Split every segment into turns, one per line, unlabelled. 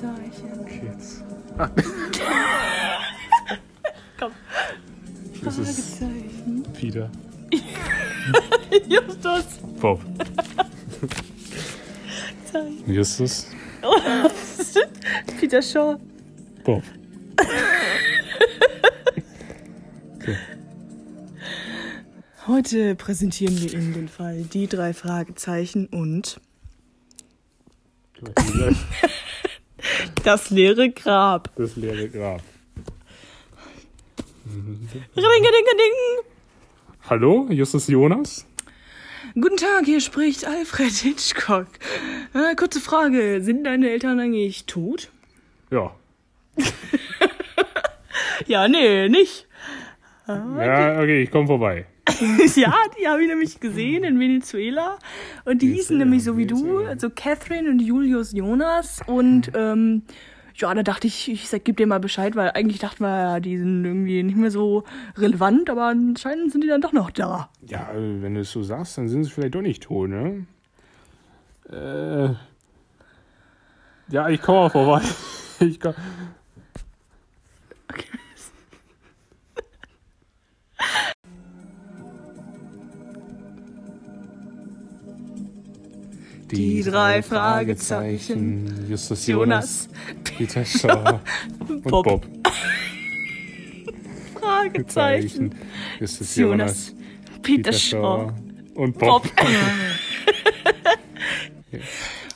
Zeichen.
Kids.
Komm.
Das ist
Fragezeichen.
Peter.
Justus.
Bob.
Zeichen.
Justus.
Peter Shaw.
Bob. Okay.
Heute präsentieren wir Ihnen den Fall Die drei Fragezeichen und das leere Grab.
Das leere Grab.
Ringelingeling.
Hallo, Justus Jonas?
Guten Tag, hier spricht Alfred Hitchcock. Äh, kurze Frage, sind deine Eltern eigentlich tot?
Ja.
Ja, nee, nicht.
Ja, okay, ich komme vorbei.
ja, die habe ich nämlich gesehen in Venezuela. Und die hießen
Venezuela,
nämlich so wie du,
Venezuela.
also Catherine und Julius Jonas. Und ähm, ja, da dachte ich, ich sag, geb dir mal Bescheid, weil eigentlich dachten wir ja, die sind irgendwie nicht mehr so relevant, aber anscheinend sind die dann doch noch da.
Ja, also, wenn du es so sagst, dann sind sie vielleicht doch nicht tot, ne? Äh. Ja, ich komme vorbei. Ich komm.
Okay. Die drei Fragezeichen.
Justus Jonas,
Jonas,
Peter Shaw und
Bob.
Bob.
Fragezeichen.
Fragezeichen. Justus Jonas,
Jonas, Peter Shaw.
und Bob.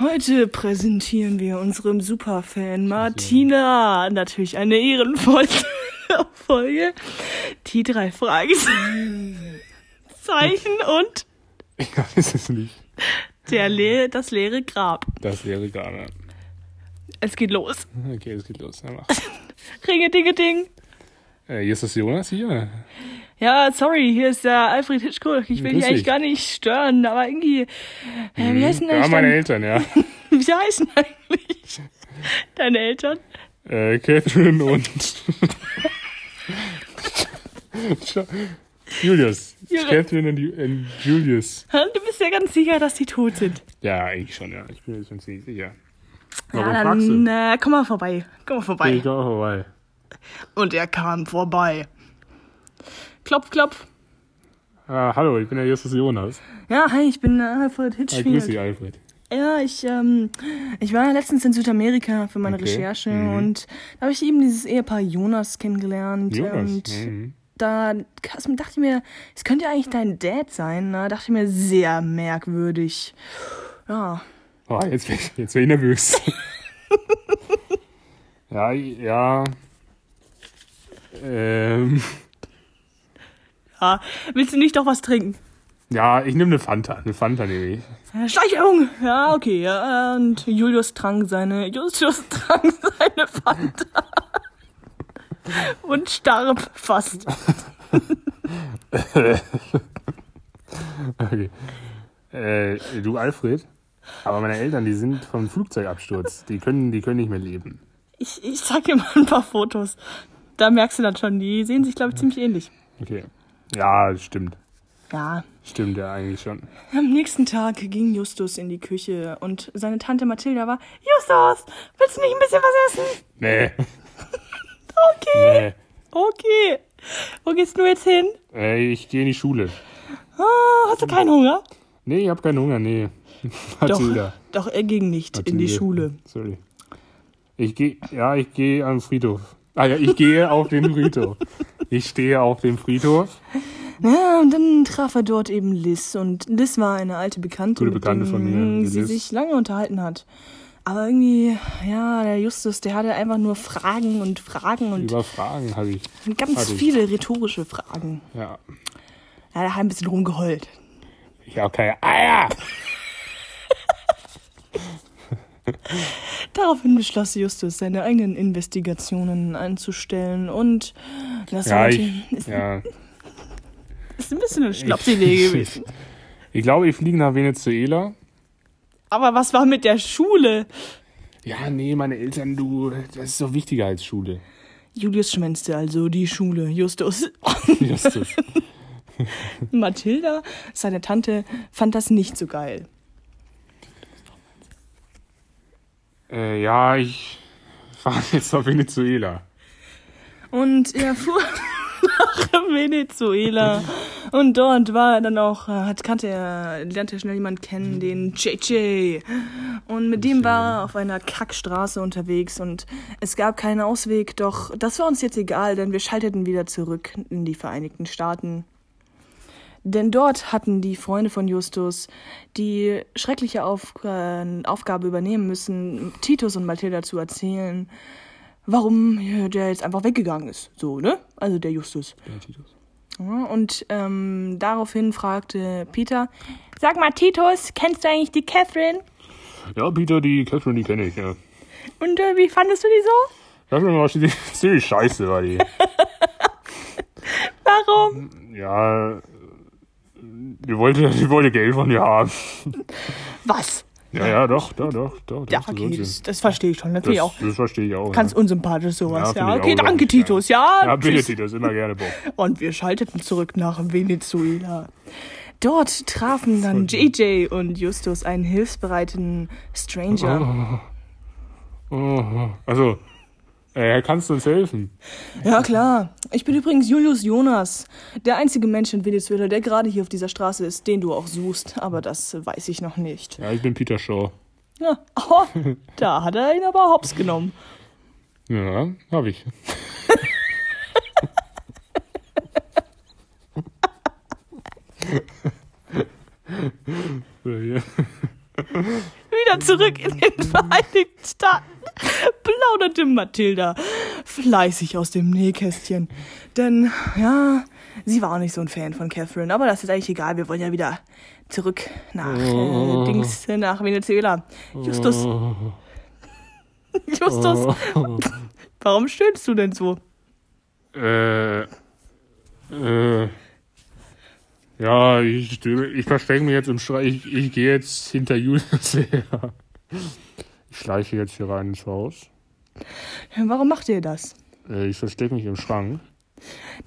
Heute präsentieren wir unserem Superfan Martina natürlich eine ehrenvolle Folge. Die drei Fragezeichen und
Ich weiß es nicht.
der Le das leere Grab.
Das wäre gerade.
Es geht los.
Okay, es geht los. Ja, mach.
Ringe, dinge, ding.
Äh, Justus Jonas hier.
Ja, sorry, hier ist der Alfred Hitchcock. Ich will
Grüß
dich eigentlich
dich. Mhm.
gar nicht stören, aber irgendwie. Äh, wie heißen
Hm? Ja,
eigentlich
meine
dein,
Eltern, ja.
Wie heißen eigentlich deine Eltern?
Äh, Catherine und. Julius.
Ja.
Catherine und, Ju- und Julius.
Hm, Du bist ja ganz sicher, dass die tot sind.
Ja, eigentlich schon, ja. Ich bin mir schon ziemlich sicher.
ja, dann äh, komm mal vorbei. Komm mal vorbei.
Ich komme vorbei.
Und er kam vorbei. Klopf, klopf.
Ah, hallo, ich bin der Justus Jonas.
Ja, hi, ich bin äh, Alfred
Ah, grüß dich,
Hitchfield.
Alfred.
Ja, ich, ähm, ich war ja letztens in Südamerika für meine
Okay. Mhm.
Recherche und da habe ich eben dieses Ehepaar Jonas kennengelernt.
Jonas.
Und
Mhm.
da kas- dachte ich mir, es könnte ja eigentlich dein Dad sein. Da dachte ich mir, sehr merkwürdig. Ja,
Oh, jetzt bin ich, jetzt bin ich nervös. ja, ja. Ähm,
ja. Willst du nicht doch was trinken?
ja, ich nehme eine Fanta. Eine Fanta nehme ich.
Äh, Schleichung! Ja, okay. Ja, und Julius trank seine. Justus trank seine Fanta. Und starb fast.
Okay. Äh, du, Alfred. Aber meine Eltern, die sind vom Flugzeugabsturz. Die können, die können nicht mehr leben.
Ich, ich zeig dir mal ein paar Fotos. Da merkst du dann schon, die sehen sich, glaube ich, ziemlich ähnlich.
Okay. Ja, stimmt.
Ja.
Stimmt ja eigentlich schon.
Am nächsten Tag ging Justus in die Küche und seine Tante Mathilda war: Justus, willst du nicht ein bisschen was essen?
Nee.
Okay,
nee.
okay. Wo gehst du jetzt hin?
Äh, ich gehe in die Schule.
Ah, hast du keinen Hunger?
Nee, ich habe keinen Hunger, nee.
Doch,
Mathilda.
doch, er ging nicht in die
Mathilde.
Schule.
Sorry. Ich gehe, ja, ich gehe am Friedhof. Ah ja, ich gehe auf den Friedhof. Ich stehe auf dem Friedhof.
Ja, und dann traf er dort eben Liz. Und Liz war eine alte Bekannte,
Gute Bekannte
mit
von mir,
dem
die
sie
Liz.
sich lange unterhalten hat. Aber irgendwie, ja, der Justus, der hatte einfach nur Fragen und Fragen und
Über Fragen habe ich.
ganz
hatte ich.
viele rhetorische Fragen.
Ja.
Ja, der hat ein bisschen rumgeheult.
Ich habe keine Eier.
Daraufhin beschloss Justus, seine eigenen Investigationen einzustellen und das war
Ja,
natürlich-
ich, ja.
ist ein bisschen eine Schnapsidee gewesen.
Ich glaube, ich fliege nach Venezuela.
Aber was war mit der Schule?
Ja, nee, meine Eltern, du, das ist doch wichtiger als Schule.
Julius schwänzte also die Schule. Justus
Justus.
Mathilda, seine Tante, fand das nicht so geil.
äh, ja, ich fahren jetzt nach Venezuela.
Und er fuhr nach Venezuela. Und dort war er dann auch, äh, hat, kannte er, lernte er schnell jemanden kennen, den JJ. Und mit dem war er auf einer Kackstraße unterwegs und es gab keinen Ausweg, doch das war uns jetzt egal, denn wir schalteten wieder zurück in die Vereinigten Staaten. Denn dort hatten die Freunde von Justus die schreckliche Auf äh, Aufgabe übernehmen müssen, Titus und Mathilda zu erzählen, warum äh, der jetzt einfach weggegangen ist. So, ne? Also der Justus.
Der Titus.
Ja, Und ähm, daraufhin fragte Peter, sag mal, Titus, kennst du eigentlich die Catherine?
Ja, Peter, die Catherine, die kenne ich, ja.
Und äh, wie fandest du die so?
Catherine war schon ziemlich scheiße, war die. Mhm.
Warum?
Ja, die wollte, die wollte Geld von dir haben.
Was?
Ja, ja, doch, doch, doch, doch.
Ja,
doch, so
okay,
soll
das,
sie.
das verstehe ich schon. Das, finde ich
das,
auch
das verstehe ich auch.
ganz
ja.
unsympathisch sowas. Ja,
Ja, finde ich
okay,
auch
danke,
ganz schön.
Titus. Ja,
ja, bitte,
tschüss.
Titus, immer gerne, Bob.
Und wir schalteten zurück nach Venezuela. Dort trafen dann JJ und Justus einen hilfsbereiten Stranger.
Oh, also, äh, kannst du uns helfen?
Ja, klar. Ich bin übrigens Julius Jonas, der einzige Mensch in Venezuela, der gerade hier auf dieser Straße ist, den du auch suchst. Aber das weiß ich noch nicht.
Ja, ich bin Peter Shaw.
Ja, oh, da hat er ihn aber hops genommen.
Ja, hab ich. so, hier.
Wieder zurück in den Vereinigten Staaten plauderte Mathilda fleißig aus dem Nähkästchen. Denn, ja, sie war auch nicht so ein Fan von Catherine. Aber das ist eigentlich egal. Wir wollen ja wieder zurück nach äh, Dings, nach Venezuela. Justus,
Oh,
Justus, warum stöhnst du denn so?
äh, äh, ja, ich, stimme- ich verstecke mich jetzt im Schrei. Ich, ich gehe jetzt hinter Julius her. Ich schleiche jetzt hier rein ins Haus.
Warum macht ihr das?
Äh, Ich verstecke mich im Schrank.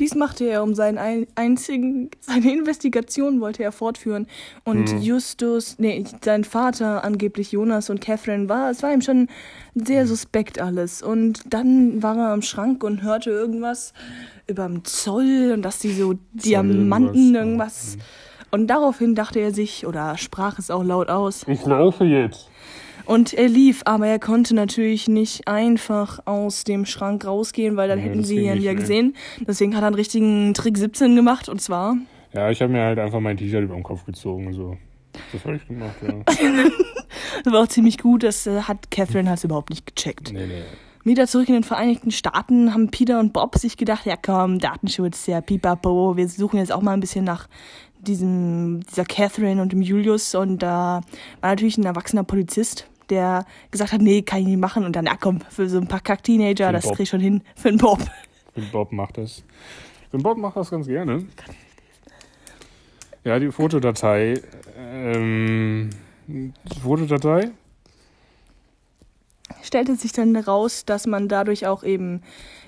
Dies machte er, um seinen ein, einzigen, seine Investigation wollte er fortführen. Und Justus, nee, sein Vater, angeblich Jonas und Catherine, war, es war ihm schon sehr suspekt alles. Und dann war er am Schrank und hörte irgendwas über den Zoll und dass die so Diamanten irgendwas.
irgendwas,
Und daraufhin dachte er sich, oder sprach es auch laut aus,
Ich laufe jetzt.
und er lief, aber er konnte natürlich nicht einfach aus dem Schrank rausgehen, weil dann
Nee,
hätten
das
sie
ging
ihn
nicht,
ja
nee.
gesehen. Deswegen hat er einen richtigen Trick 17 gemacht und zwar.
Ja, ich habe mir halt einfach mein T-Shirt über den Kopf gezogen und so. Das habe ich gemacht, ja.
Das war auch ziemlich gut, das äh, hat Catherine halt überhaupt nicht gecheckt.
nee, nee.
Wieder zurück in den Vereinigten Staaten haben Peter und Bob sich gedacht, ja komm, Datenschutz, ja pipapo, wir suchen jetzt auch mal ein bisschen nach diesem, dieser Catherine und dem Julius und da war natürlich ein erwachsener Polizist, der gesagt hat, nee, kann ich nicht machen und dann, ja komm, für so ein paar Kack-Teenager,
den
das
Bob.
krieg ich schon hin, für einen Bob.
Und Bob macht das. Und Bob macht das ganz gerne. Ja, die Fotodatei. Ähm, die Fotodatei?
stellte sich dann raus, dass man dadurch auch eben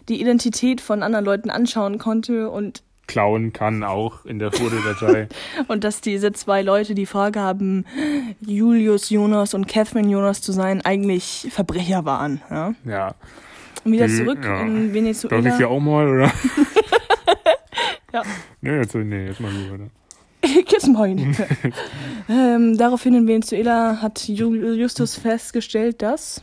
die Identität von anderen Leuten anschauen konnte und,
Klauen kann auch in der Fotodatei.
und dass diese zwei Leute, die vorgaben, Julius Jonas und Catherine Jonas zu sein, eigentlich Verbrecher waren. Ja?
ja.
Und wieder
Die-
zurück
Mhm, ja.
in
Darf ich
Venezuela.
hier auch mal, oder?
Ja.
Nee, jetzt, nee, jetzt mal gut, oder?
Gib's mal hin. ähm, daraufhin in Venezuela hat Ju- Justus festgestellt, dass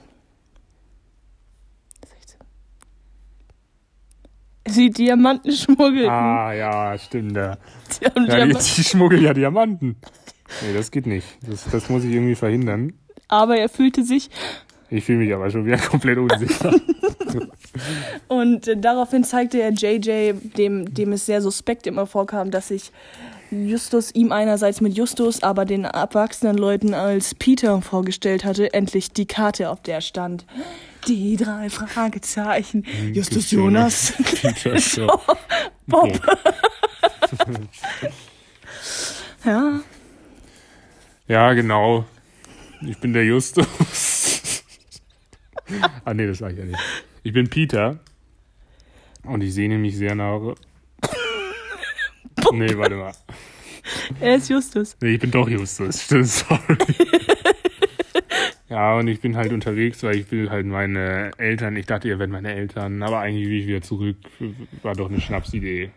sie Diamanten schmuggelten.
Ah, ja, stimmt. Ja.
Sie haben
Ja, die,
Diamanten.
die schmuggeln ja Diamanten. Nee, das geht nicht. Das, das muss ich irgendwie verhindern.
Aber er fühlte sich
Ich fühle mich aber schon wieder komplett unsicher.
Und äh, daraufhin zeigte er JJ, dem, dem es sehr suspekt immer vorkam, dass sich Justus ihm einerseits mit Justus, aber den erwachsenen Leuten als Peter vorgestellt hatte, endlich die Karte, auf der stand. Die drei Fragezeichen.
Hm,
Justus Jonas.
Peter Shaw.
Bob. Ja,
Ja, genau. Ich bin der Justus. ah, nee, das sag ich ja nicht. Ich bin Peter. Und ich sehne mich sehr nach. Nee, warte mal.
er ist Justus.
Nee, ich bin doch Justus. Stimmt, sorry. Ja, und ich bin halt unterwegs, weil ich will halt meine Eltern, ich dachte, ihr werdet meine Eltern, aber eigentlich will ich wieder zurück. War doch eine Schnapsidee.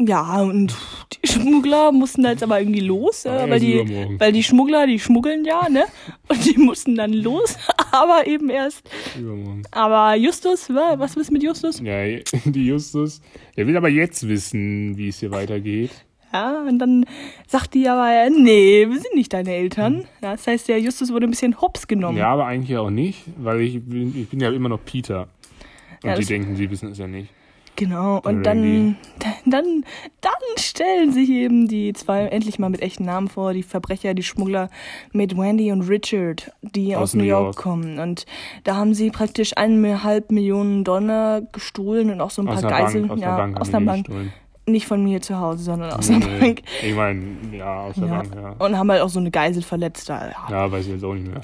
Ja, und die Schmuggler mussten da jetzt aber irgendwie los,
Ah,
äh, weil,
erst
die,
übermorgen.
weil die Schmuggler, die schmuggeln ja, ne? Und die mussten dann los, aber eben erst.
Übermorgen.
Aber Justus, wa- was ist mit Justus?
Ja, die Justus. Der will aber jetzt wissen, wie es hier weitergeht.
Ja, und dann sagt die aber, äh, nee, wir sind nicht deine Eltern. Ja, das heißt, der Justus wurde ein bisschen hops genommen.
Hm. Ja, aber eigentlich auch nicht, weil ich bin, ich bin ja immer noch Peter. Und
Ja,
die
das-
denken, sie wissen es ja nicht.
Genau, und
Irgendwie.
dann, dann, dann stellen sich eben die zwei endlich mal mit echten Namen vor, die Verbrecher, die Schmuggler, mit Wendy und Richard, die aus, New York, kommen. Und da haben sie praktisch eineinhalb Millionen Dollar gestohlen und auch so ein
Aus
paar
einer
Geiseln.
Bank, aus
ja,
einer Bank
aus
haben
einer
die
Bank.
gestohlen.
Nicht von mir zu Hause, sondern aus einer
Nee,
Bank.
Ich meine, ja, aus der
Ja.
Bank, ja.
Und haben halt auch so eine Geisel verletzt. Da. Ja,
Ja, weiß ich jetzt auch nicht mehr.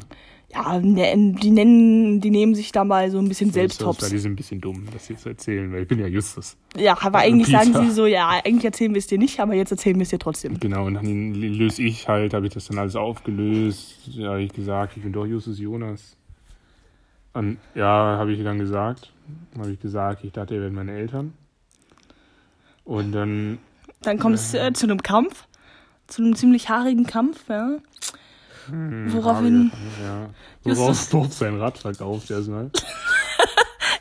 ja ne, die nennen, die nehmen sich da mal so ein bisschen
Justus,
Selbsttops.
Die sind ein bisschen dumm, das hier zu erzählen, weil ich bin ja Justus.
Ja, aber eigentlich
Peter.
sagen sie so, ja, eigentlich erzählen wir es dir nicht, aber jetzt erzählen wir es dir trotzdem.
Genau, und dann löse ich halt, habe ich das dann alles aufgelöst. Ja, habe ich gesagt, ich bin doch Justus Jonas. Und ja, habe ich dann gesagt. Habe ich gesagt, ich dachte, ihr werdet meine Eltern. Und dann,
Dann kommt es äh, zu einem Kampf, zu einem ziemlich haarigen Kampf, ja.
hm,
Woraufhin-
habe ich- ja, worauf
Justus-
Bob sein Rad verkauft erstmal.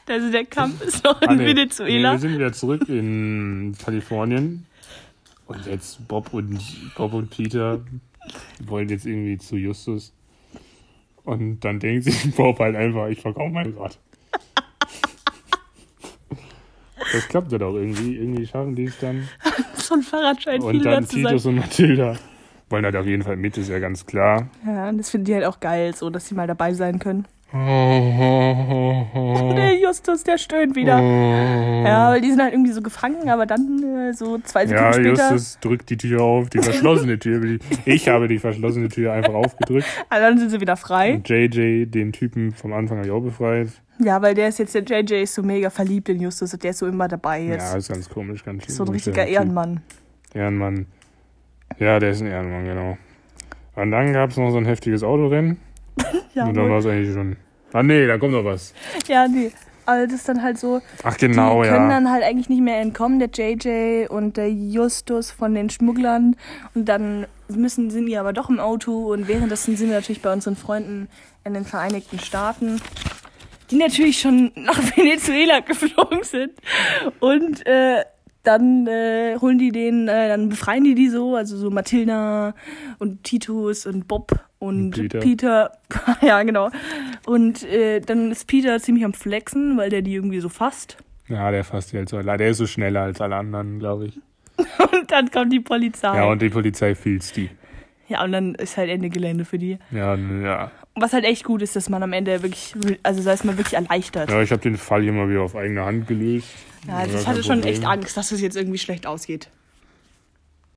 Also der Kampf ist noch in
Ah, nee. Nee,
Venezuela.
wir sind wieder zurück in Kalifornien. Und jetzt Bob und, Bob und Peter wollen jetzt irgendwie zu Justus. Und dann denkt sich Bob halt einfach, ich verkaufe mein Rad. Das klappt dann auch irgendwie. Irgendwie schaffen die es dann.
so ein Fahrradschein,
Und
viele
dann
da zu sein.
Titus und Mathilda wollen halt auf jeden Fall mit, ist ja ganz klar.
Ja, und das finden die halt auch geil, so, dass sie mal dabei sein können.
Oh.
Der Justus, der stöhnt wieder. Ja, weil die sind halt irgendwie so gefangen, aber dann äh, so zwei Sekunden
Ja,
später.
Justus drückt die Tür auf, die verschlossene Tür. Ich habe die verschlossene Tür einfach aufgedrückt.
Ah, dann sind sie wieder frei.
Und JJ, den Typen vom Anfang habe ich auch befreit.
Ja, weil der ist jetzt, der JJ ist so mega verliebt in Justus und der ist so immer dabei jetzt.
Ja, ist ganz komisch, ganz schön.
so ein richtiger Ehrenmann.
Ehrenmann. Ja, der ist ein Ehrenmann, genau. Und dann gab es noch so ein heftiges Autorennen.
Ja,
und dann war
wohl.
es eigentlich schon. Ah, nee, da kommt noch was.
ja, nee. Aber das ist dann halt so,
Ach,
Die
genau,
können
ja.
dann halt eigentlich nicht mehr entkommen, der JJ und der Justus von den Schmugglern. Und dann müssen, sind die aber doch im Auto. Und währenddessen sind wir natürlich bei unseren Freunden in den Vereinigten Staaten, die natürlich schon nach Venezuela geflogen sind. Und äh, dann äh, holen die den, äh, dann befreien die die so, also so Mathilda und Titus und Bob und
Peter.
Peter. ja, genau. Und äh, dann ist Peter ziemlich am Flexen, weil der die irgendwie so fasst.
Ja, der fasst die halt so. Der ist so schneller als alle anderen, glaube ich.
Und dann kommt die Polizei.
Ja, und die Polizei filzt die.
Ja, und dann ist halt Ende Gelände für die.
Ja, ja.
Was halt echt gut ist, dass man am Ende wirklich, also sei es mal wirklich erleichtert. Ja,
Ja, ich habe den Fall hier mal wieder auf eigene Hand gelöst.
also
Gar
ich
kein
hatte schon
Problem.
echt Angst, dass es jetzt irgendwie schlecht ausgeht.